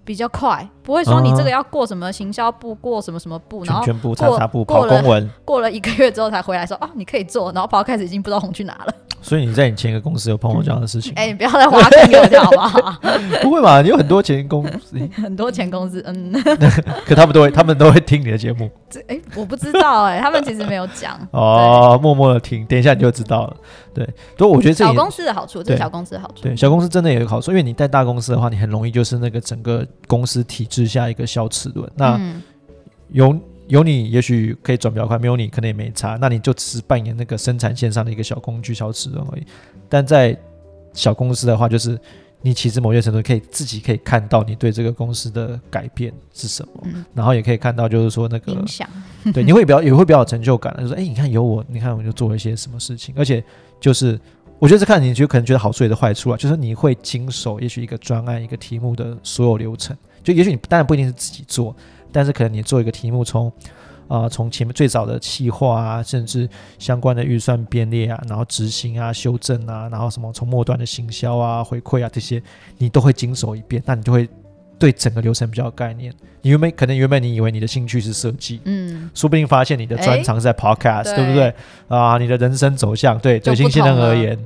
[SPEAKER 1] 比较快，不会说你这个要过什么行销部，过什么什么部，
[SPEAKER 2] 嗯
[SPEAKER 1] 然
[SPEAKER 2] 哼
[SPEAKER 1] 后
[SPEAKER 2] 哦全全部
[SPEAKER 1] 过
[SPEAKER 2] 查查部
[SPEAKER 1] 过
[SPEAKER 2] 跑
[SPEAKER 1] 了
[SPEAKER 2] 公文，
[SPEAKER 1] 过了一个月之后才回来说哦，你可以做，然后跑开始已经不知道红去哪了。
[SPEAKER 2] 所以你在你前一个公司有碰过这样的事情吗？
[SPEAKER 1] 哎，你不要再挖坑给我跳好不好？
[SPEAKER 2] 不会吧？你有很多前公司，
[SPEAKER 1] 很多前公司，嗯，
[SPEAKER 2] 可他们都会，他们都会听你的节目
[SPEAKER 1] 这哎我不知道哎，他们其实没有讲。
[SPEAKER 2] 哦，默默的听，等一下你就知道了。对，所以我觉得这
[SPEAKER 1] 小
[SPEAKER 2] 也
[SPEAKER 1] 公司的好处，这是
[SPEAKER 2] 对
[SPEAKER 1] 小公司的好处。
[SPEAKER 2] 对小公司真的也有好处，因为你在大公司的话，你很容易就是那个整个公司体制下一个小齿轮。那
[SPEAKER 1] 嗯，
[SPEAKER 2] 有有你，也许可以转比较快；没有你，可能也没差。那你就只是扮演那个生产线上的一个小工具、小齿轮而已。但在小公司的话，就是你其实某些程度可以自己可以看到你对这个公司的改变是什么，
[SPEAKER 1] 嗯
[SPEAKER 2] 然后也可以看到就是说那个
[SPEAKER 1] 影响
[SPEAKER 2] 对，你会比较也会比较有成就感的，就是哎、诶你看有我，你看我就做了一些什么事情，而且就是我觉得这看你就可能觉得好处也是坏处啊，就是你会经手也许一个专案一个题目的所有流程，就也许你当然不一定是自己做，但是可能你做一个题目从。啊，从前面最早的企划啊，甚至相关的预算编列啊，然后执行啊、修正啊，然后什么从末端的行销啊、回馈啊这些，你都会经手一遍，那你就会对整个流程比较有概念。你原本可能原本你以为你的兴趣是设计，
[SPEAKER 1] 嗯，
[SPEAKER 2] 说不定发现你的专长是在 podcast，、
[SPEAKER 1] 对
[SPEAKER 2] 对不对？啊，你的人生走向，对
[SPEAKER 1] 就
[SPEAKER 2] 对
[SPEAKER 1] 不
[SPEAKER 2] 新鲜人而言，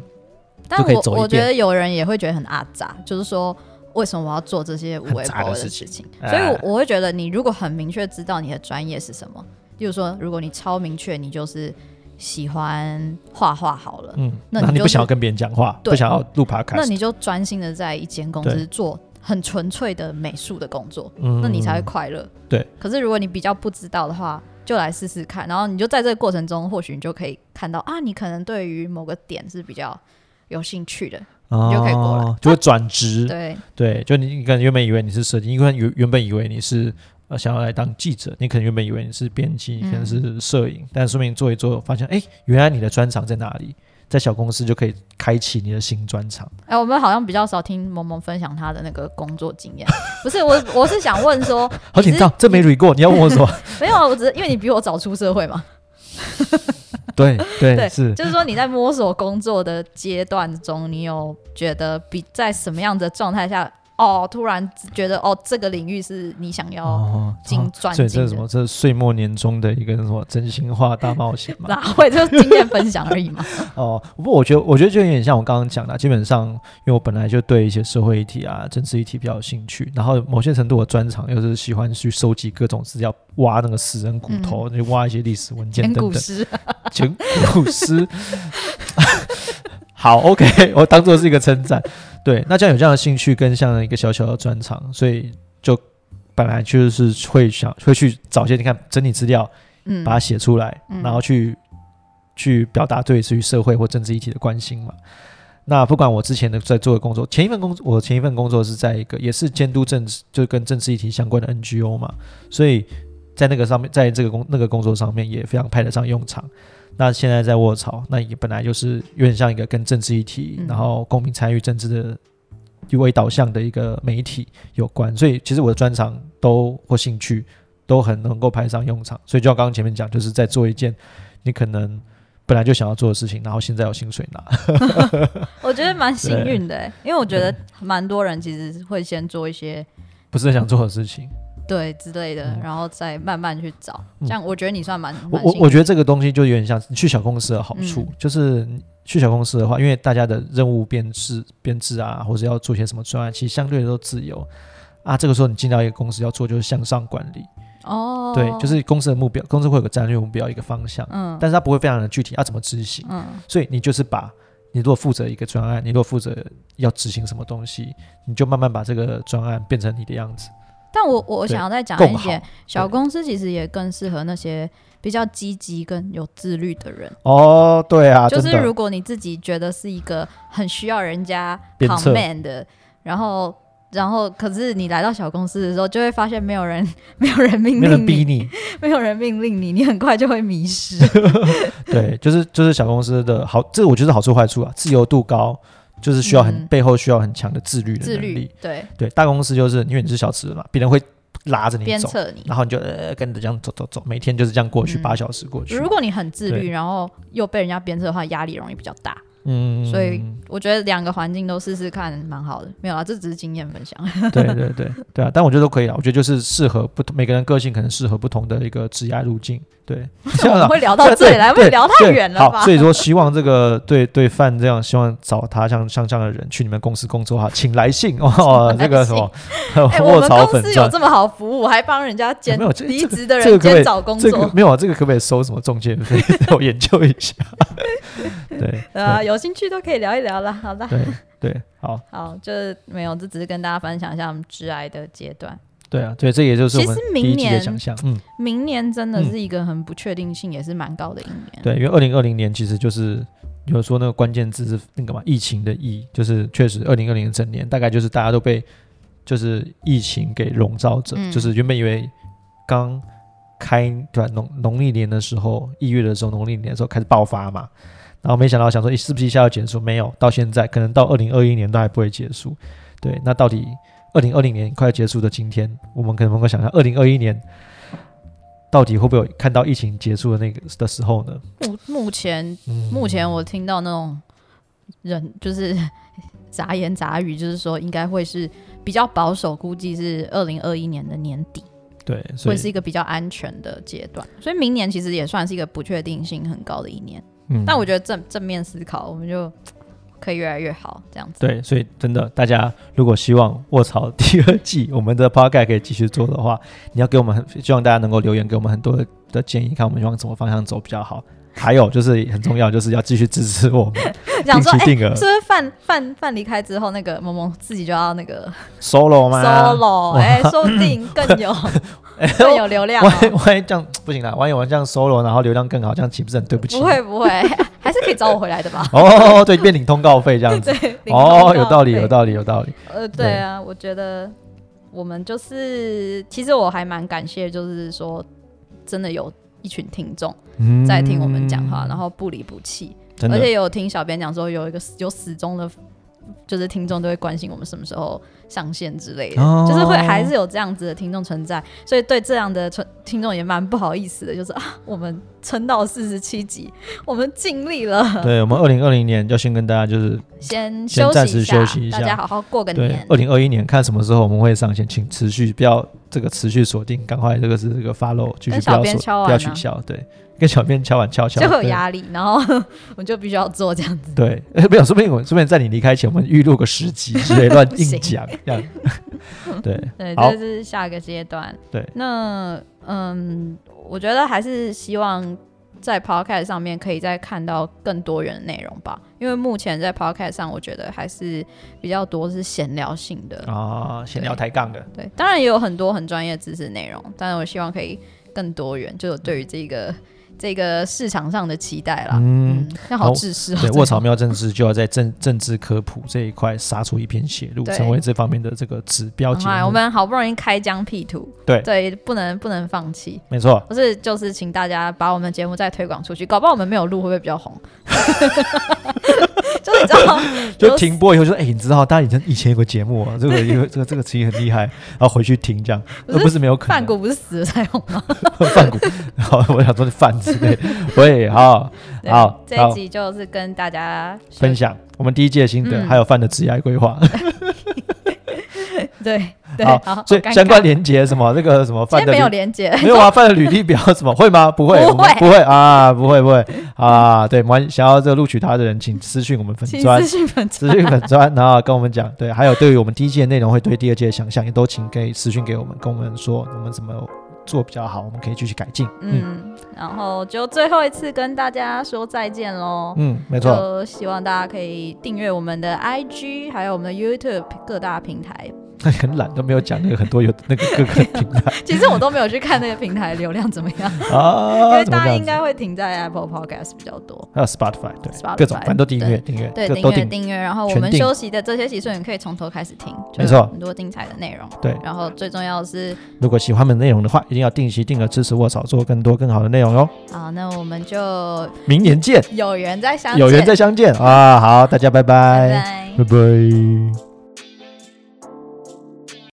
[SPEAKER 1] 但
[SPEAKER 2] 就可以
[SPEAKER 1] 我
[SPEAKER 2] 走一
[SPEAKER 1] 我觉
[SPEAKER 2] 遍
[SPEAKER 1] 得有人也会觉得很阿杂，就是说为什么我要做这些无
[SPEAKER 2] 很
[SPEAKER 1] 微
[SPEAKER 2] 杂
[SPEAKER 1] 不
[SPEAKER 2] 的
[SPEAKER 1] 的
[SPEAKER 2] 事
[SPEAKER 1] 事情？
[SPEAKER 2] 哎
[SPEAKER 1] 所以我，我会觉得你如果很明确知道你的专业是什么，例如说，如果你超明确，你就是喜欢画画好了，
[SPEAKER 2] 嗯，
[SPEAKER 1] 那
[SPEAKER 2] 那
[SPEAKER 1] 你
[SPEAKER 2] 你
[SPEAKER 1] 就
[SPEAKER 2] 不
[SPEAKER 1] 是
[SPEAKER 2] 想要跟别人讲话，
[SPEAKER 1] 对
[SPEAKER 2] 不想要
[SPEAKER 1] 那
[SPEAKER 2] 录 podcast，
[SPEAKER 1] 你就专心的在一间公司
[SPEAKER 2] 对
[SPEAKER 1] 做很纯粹的美术的工作，
[SPEAKER 2] 嗯
[SPEAKER 1] 那你才会快乐。
[SPEAKER 2] 对。
[SPEAKER 1] 可是如果你比较不知道的话，就来试试看。然后你就在这个过程中，或许你就可以看到啊，你可能对于某个点是比较有兴趣的，
[SPEAKER 2] 哦，
[SPEAKER 1] 你就可以过来
[SPEAKER 2] 就会转职，
[SPEAKER 1] 对，
[SPEAKER 2] 对，就你你可能原本以为你是设计，你可能原原本以为你是呃想要来当记者，你可能原本以为你是编
[SPEAKER 1] 嗯
[SPEAKER 2] 辑，你可能是摄影，但说明做一做，发现哎，诶原来你的专长在哪里，在小公司就可以开启你的新专长。
[SPEAKER 1] 哎、我们好像比较少听萌萌分享她的那个工作经验。不是我，我是想问说，
[SPEAKER 2] 好紧张，这没 re 过，你要问 我什么？
[SPEAKER 1] 没有，啊我只是因为你比我早出社会嘛，
[SPEAKER 2] 对对
[SPEAKER 1] 对
[SPEAKER 2] 是，
[SPEAKER 1] 就是说你在摸索工作的阶段中，你有觉得比在什么样的状态下，哦，突然觉得哦，这个领域是你想要、
[SPEAKER 2] 哦
[SPEAKER 1] 进
[SPEAKER 2] 哦
[SPEAKER 1] 转
[SPEAKER 2] 所以
[SPEAKER 1] 进
[SPEAKER 2] 这是
[SPEAKER 1] 的
[SPEAKER 2] 什么？这是岁末年终的一个什么真心话大冒险 嘛？
[SPEAKER 1] 哪会就是经验分享而已嘛。
[SPEAKER 2] 哦，不过我觉得，我觉得就有点像我刚刚讲的啊，基本上因为我本来就对一些社会议题啊、政治议题比较有兴趣，然后某些程度我专长又是喜欢去收集各种资料，挖那个死人骨头，去挖一些历史文
[SPEAKER 1] 嗯
[SPEAKER 2] 件
[SPEAKER 1] 前
[SPEAKER 2] 等
[SPEAKER 1] 古
[SPEAKER 2] 等，
[SPEAKER 1] 诗，
[SPEAKER 2] 前古诗。好，OK，我当做是一个称赞。对，那这样有这样的兴趣跟像一个小小的专长，所以就本来就是会想会去找一些你看整理资料，
[SPEAKER 1] 嗯
[SPEAKER 2] 把它写出来，
[SPEAKER 1] 嗯
[SPEAKER 2] 然后去去表达对于社会或政治议题的关心嘛。那不管我之前的在做的工作，前一份工作，我前一份工作是在一个也是监督政治，就跟政治议题相关的 NGO 嘛，所以在那个上面，在这个工那个工作上面也非常派得上用场。那现在在卧槽，那也本来就是有点像一个跟政治议题，
[SPEAKER 1] 嗯
[SPEAKER 2] 然后公民参与政治的一为导向的一个媒体有关，所以其实我的专长都或兴趣都很能够派上用场。所以就像刚刚前面讲，就是在做一件你可能本来就想要做的事情，然后现在有薪水拿。
[SPEAKER 1] 我觉得蛮幸运的、欸，因为我觉得蛮多人其实会先做一些
[SPEAKER 2] 不是很想做的事情。
[SPEAKER 1] 对之类的，然后再慢慢去找。
[SPEAKER 2] 嗯
[SPEAKER 1] 这样我觉得你算蛮
[SPEAKER 2] 我
[SPEAKER 1] 蛮
[SPEAKER 2] 我
[SPEAKER 1] 幸运
[SPEAKER 2] 我觉得这个东西就有点像你去小公司的好处，
[SPEAKER 1] 嗯
[SPEAKER 2] 就是你去小公司的话，因为大家的任务编制编制啊，或者要做些什么专案，其实相对的都自由。啊，这个时候你进到一个公司要做就是向上管理，
[SPEAKER 1] 哦，
[SPEAKER 2] 对，就是公司的目标，公司会有个战略目标，一个方向，
[SPEAKER 1] 嗯
[SPEAKER 2] 但是它不会非常的具体，啊要、怎么执行？
[SPEAKER 1] 嗯
[SPEAKER 2] 所以你就是把你如果负责一个专案，你如果负责要执行什么东西，你就慢慢把这个专案变成你的样子，
[SPEAKER 1] 但我我
[SPEAKER 2] 对
[SPEAKER 1] 想要再讲
[SPEAKER 2] 更
[SPEAKER 1] 一
[SPEAKER 2] 好
[SPEAKER 1] 点，小公司其实也更适合那些比较积极跟有自律的人。
[SPEAKER 2] 哦，对啊，
[SPEAKER 1] 就是
[SPEAKER 2] 真的
[SPEAKER 1] 如果你自己觉得是一个很需要人家
[SPEAKER 2] 鞭策
[SPEAKER 1] command 的，然后然后可是你来到小公司的时候，就会发现没有人没有人命
[SPEAKER 2] 没人
[SPEAKER 1] 令你，
[SPEAKER 2] 逼你，
[SPEAKER 1] 没有人命令你，你很快就会迷失。
[SPEAKER 2] 对，就是就是小公司的好，这个我觉得是好处坏处啊，自由度高，就是需要很、
[SPEAKER 1] 嗯
[SPEAKER 2] 背后需要很强的 自律的
[SPEAKER 1] 自
[SPEAKER 2] 能
[SPEAKER 1] 律
[SPEAKER 2] 力。
[SPEAKER 1] 对
[SPEAKER 2] 对，大公司就是因为你是小吃嘛，别人会拉着你
[SPEAKER 1] 鞭
[SPEAKER 2] 走，
[SPEAKER 1] 策你。
[SPEAKER 2] 然后你就呃跟着这样走走走，每天就是这样过去，
[SPEAKER 1] 嗯
[SPEAKER 2] 八、小时过去。
[SPEAKER 1] 如果你很自律，
[SPEAKER 2] 对
[SPEAKER 1] 然后又被人家鞭策的话，压力容易比较大。
[SPEAKER 2] 嗯，
[SPEAKER 1] 所以我觉得两个环境都试试看，蛮好的。没有啦，这只是经验分 享。
[SPEAKER 2] 对对对对啊，但我觉得都可以啊，我觉得就是适合不同每个人个性可能适合不同的一个职业路径。 对，这
[SPEAKER 1] 我
[SPEAKER 2] 样
[SPEAKER 1] 们
[SPEAKER 2] 啊
[SPEAKER 1] 会聊到这里来，
[SPEAKER 2] 对
[SPEAKER 1] 会聊太
[SPEAKER 2] 对
[SPEAKER 1] 远了吧
[SPEAKER 2] 好，？所以说希望这个对对范这样，希望找他像像这样的人去你们公司工作哈，请来信 哦，这个什么
[SPEAKER 1] 哎、我
[SPEAKER 2] 卧
[SPEAKER 1] 们
[SPEAKER 2] 槽
[SPEAKER 1] 公
[SPEAKER 2] 粉
[SPEAKER 1] 司有
[SPEAKER 2] 钻。
[SPEAKER 1] 这么好服务，还帮人家兼
[SPEAKER 2] 没有这
[SPEAKER 1] 离职的
[SPEAKER 2] 这个
[SPEAKER 1] 人
[SPEAKER 2] 可不可以
[SPEAKER 1] 兼找工
[SPEAKER 2] 这个
[SPEAKER 1] 作，
[SPEAKER 2] 没有啊，这个可不可以收什么中介 费？我研究一下。 对
[SPEAKER 1] 对啊，有兴趣都可以聊一聊了。好啦，
[SPEAKER 2] 对对，好，
[SPEAKER 1] 好，就是没有，这只是跟大家分享一下我们致癌的阶段。
[SPEAKER 2] 对啊，对，这也就是我们
[SPEAKER 1] 其实
[SPEAKER 2] 第
[SPEAKER 1] 明
[SPEAKER 2] 一季的
[SPEAKER 1] 年
[SPEAKER 2] 想象。嗯，
[SPEAKER 1] 明年真的是一个很不确定性也是蛮高的一年，
[SPEAKER 2] 对，因为二零二零年其实就是有说那个关键字是那个嘛，疫情的疫，就是确实二零二零整年大概就是大家都被就是疫情给笼罩着，
[SPEAKER 1] 嗯
[SPEAKER 2] 就是原本以为刚开对吧农农历年的时候，一月的时候，农历年的时候开始爆发嘛。然后没想到想说，诶，是不是一下要结束？没有，到现在可能到二零二一年都还不会结束。对，那到底二零二零年快要结束的今天，我们可能能够想象，二零二一年到底会不会有看到疫情结束的那个的时候呢？
[SPEAKER 1] 目目前
[SPEAKER 2] 嗯
[SPEAKER 1] 目前我听到那种人就是 杂言杂语，就是说应该会是比较保守，估计是二零二一年的年底。
[SPEAKER 2] 对，所
[SPEAKER 1] 会
[SPEAKER 2] 以
[SPEAKER 1] 是一个比较安全的阶段，所以明年其实也算是一个不确定性很高的一年。
[SPEAKER 2] 嗯
[SPEAKER 1] 但我觉得正正面思考，我们就可以越来越好，这 样子。
[SPEAKER 2] 对，所以真的，大家如果希望卧槽第二季我们的 podcast 可以继续做的话，你要给我们很希望大家能够留言给我们很多的建议，看我们往什么方向走比较好。还有就是很重要，就是要继续支持我们
[SPEAKER 1] 想
[SPEAKER 2] 定
[SPEAKER 1] 说，
[SPEAKER 2] 期
[SPEAKER 1] 哎、
[SPEAKER 2] 定额
[SPEAKER 1] 是不是范范范离开之后，那个萌萌自己就要那 个
[SPEAKER 2] solo 吗
[SPEAKER 1] solo？
[SPEAKER 2] 哇
[SPEAKER 1] 哎、说不定更 有更有流量、
[SPEAKER 2] 万一
[SPEAKER 1] 哦。
[SPEAKER 2] 万一这样不行啦，万一我这样 solo，然后流量更好，这样岂不是很对不起？
[SPEAKER 1] 不会不会， 还是可以找我回来的吧？
[SPEAKER 2] 哦，对，变领通告费这样子。
[SPEAKER 1] 对，领
[SPEAKER 2] 哦，
[SPEAKER 1] 通
[SPEAKER 2] 有道理，
[SPEAKER 1] 费
[SPEAKER 2] 有道理，有道理。
[SPEAKER 1] 呃，
[SPEAKER 2] 对
[SPEAKER 1] 对啊，我觉得我们就是，其实我还蛮感谢，就是说真的有一群听众
[SPEAKER 2] 嗯，
[SPEAKER 1] 在听我们讲话，然后不离不弃，
[SPEAKER 2] 真
[SPEAKER 1] 而
[SPEAKER 2] 的
[SPEAKER 1] 且有听小编讲说有一个有始终的，就是听众都会关心我们什么时候上线之类的，
[SPEAKER 2] 哦
[SPEAKER 1] 就是会还是有这样子的听众存在，所以对这样的存听众也蛮不好意思的，就是啊，我们撑到四十七集，我们尽力了，
[SPEAKER 2] 对我们二零二零年要先跟大家就是
[SPEAKER 1] 先
[SPEAKER 2] 先
[SPEAKER 1] 休
[SPEAKER 2] 暂
[SPEAKER 1] 息
[SPEAKER 2] 时
[SPEAKER 1] 一下，
[SPEAKER 2] 休息一
[SPEAKER 1] 大
[SPEAKER 2] 下
[SPEAKER 1] 家好好过个
[SPEAKER 2] 对
[SPEAKER 1] 年，
[SPEAKER 2] 二零二一年看什么时候我们会上线，请持续不要这个持续锁定，赶快这个是这个 follow，继
[SPEAKER 1] 跟
[SPEAKER 2] 续不
[SPEAKER 1] 小
[SPEAKER 2] 要
[SPEAKER 1] 编敲完
[SPEAKER 2] 锁
[SPEAKER 1] 啊
[SPEAKER 2] 不要取消，对，跟小编敲碗敲 敲，
[SPEAKER 1] 就会有
[SPEAKER 2] 对
[SPEAKER 1] 压力，然后 我们就必须要做这样子。
[SPEAKER 2] 对， 呃，没有，说不定我说不定在你离开前，我们预录个十集之类，乱
[SPEAKER 1] 不行
[SPEAKER 2] 硬讲 这样。对，
[SPEAKER 1] 对，
[SPEAKER 2] 好
[SPEAKER 1] 这是下一个阶段。
[SPEAKER 2] 对，
[SPEAKER 1] 那嗯，我觉得还是希望在 Podcast 上面可以再看到更多元的内容吧，因为目前在 Podcast 上，我觉得还是比较多是闲聊性的。
[SPEAKER 2] 啊，闲聊抬杠的，
[SPEAKER 1] 对，当然也有很多很专业知识内容，但是我希望可以更多元，就有对于这个这个市场上的期待啦。
[SPEAKER 2] 嗯
[SPEAKER 1] 嗯，， 那好
[SPEAKER 2] 好
[SPEAKER 1] 自私哦。
[SPEAKER 2] 对，
[SPEAKER 1] 这
[SPEAKER 2] 卧槽
[SPEAKER 1] 个
[SPEAKER 2] 妙政治就要在政政治科普这一块杀出一片血路，
[SPEAKER 1] 对
[SPEAKER 2] 成为这方面的这个指标节
[SPEAKER 1] 哎，我
[SPEAKER 2] 目。
[SPEAKER 1] 们好不容易开疆辟土，
[SPEAKER 2] 对
[SPEAKER 1] 对，不能不能放弃。
[SPEAKER 2] 没错，
[SPEAKER 1] 不是，就是请大家把我们的节目再推广出去，搞不好我们没有录会不会比较红？ 就是你知道，
[SPEAKER 2] 就停播以后就说，哎，你知道，大家以前以前有个 节目啊，这个有这个这个其实很厉害，然后回去听这样，
[SPEAKER 1] 不
[SPEAKER 2] 而
[SPEAKER 1] 是
[SPEAKER 2] 不是没有可
[SPEAKER 1] 范
[SPEAKER 2] 能。
[SPEAKER 1] 谷不是死了才红吗？
[SPEAKER 2] 饭骨， 好，我想说是饭之 类。喂，好，
[SPEAKER 1] 对
[SPEAKER 2] 好，
[SPEAKER 1] 这一
[SPEAKER 2] 好，
[SPEAKER 1] 集就是跟大家说
[SPEAKER 2] 分，享我们第一届心得，
[SPEAKER 1] 嗯
[SPEAKER 2] 还有饭的职业规 划。
[SPEAKER 1] 对对，
[SPEAKER 2] 好
[SPEAKER 1] 好，
[SPEAKER 2] 所以
[SPEAKER 1] 好尴
[SPEAKER 2] 相关
[SPEAKER 1] 尬
[SPEAKER 2] 连接什么，这个什么
[SPEAKER 1] 今
[SPEAKER 2] 犯
[SPEAKER 1] 天
[SPEAKER 2] 的
[SPEAKER 1] 没有
[SPEAKER 2] 履
[SPEAKER 1] 连接，
[SPEAKER 2] 没有啊，犯的履历表什么会吗？不会，
[SPEAKER 1] 不
[SPEAKER 2] 我们
[SPEAKER 1] 会
[SPEAKER 2] 不会啊，不会不会啊。对，蛮想要这个录取他的人，请私讯我们粉
[SPEAKER 1] 请
[SPEAKER 2] 砖
[SPEAKER 1] 私，信粉丝
[SPEAKER 2] 私讯粉砖，然后跟我们讲。对，还有对于我们第一届内容会对第二届的想象，也都请给私讯给我们，跟我们说我们怎么做比较好，我们可以继续改进。嗯
[SPEAKER 1] 嗯，然后就最后一次跟大家说再见喽。
[SPEAKER 2] 嗯，没错，
[SPEAKER 1] 就希望大家可以订阅我们的 IG，还有我们的 YouTube 各大平台。
[SPEAKER 2] 很懒都没有讲那个很多有那个各个平台
[SPEAKER 1] 其实我都没有去看那个平台流量怎么样，因
[SPEAKER 2] 啊，
[SPEAKER 1] 为
[SPEAKER 2] 怎么
[SPEAKER 1] 大
[SPEAKER 2] 这
[SPEAKER 1] 家
[SPEAKER 2] 样
[SPEAKER 1] 应
[SPEAKER 2] 子？
[SPEAKER 1] 该会停在 Apple Podcast 比较多。
[SPEAKER 2] 还有 Spotify，对，
[SPEAKER 1] Spotify，
[SPEAKER 2] 各种反正都订阅订阅，
[SPEAKER 1] 对，
[SPEAKER 2] 各
[SPEAKER 1] 订
[SPEAKER 2] 都
[SPEAKER 1] 阅
[SPEAKER 2] 订。
[SPEAKER 1] 订阅，然后我
[SPEAKER 2] 全
[SPEAKER 1] 们
[SPEAKER 2] 订
[SPEAKER 1] 休息的这些集数，你可以从头开始听，就
[SPEAKER 2] 没
[SPEAKER 1] 有
[SPEAKER 2] 错
[SPEAKER 1] 很多精彩的内容。
[SPEAKER 2] 对
[SPEAKER 1] 然后最重要的是，
[SPEAKER 2] 如果喜欢我们的内容的话，一定要定期定额支持卧槽，做更多更好的内容哟。哦
[SPEAKER 1] 啊，那我们就
[SPEAKER 2] 明年见，
[SPEAKER 1] 有缘再相见，
[SPEAKER 2] 有缘再相见啊！好，大家拜
[SPEAKER 1] 拜
[SPEAKER 2] 拜，
[SPEAKER 1] 拜
[SPEAKER 2] 拜。拜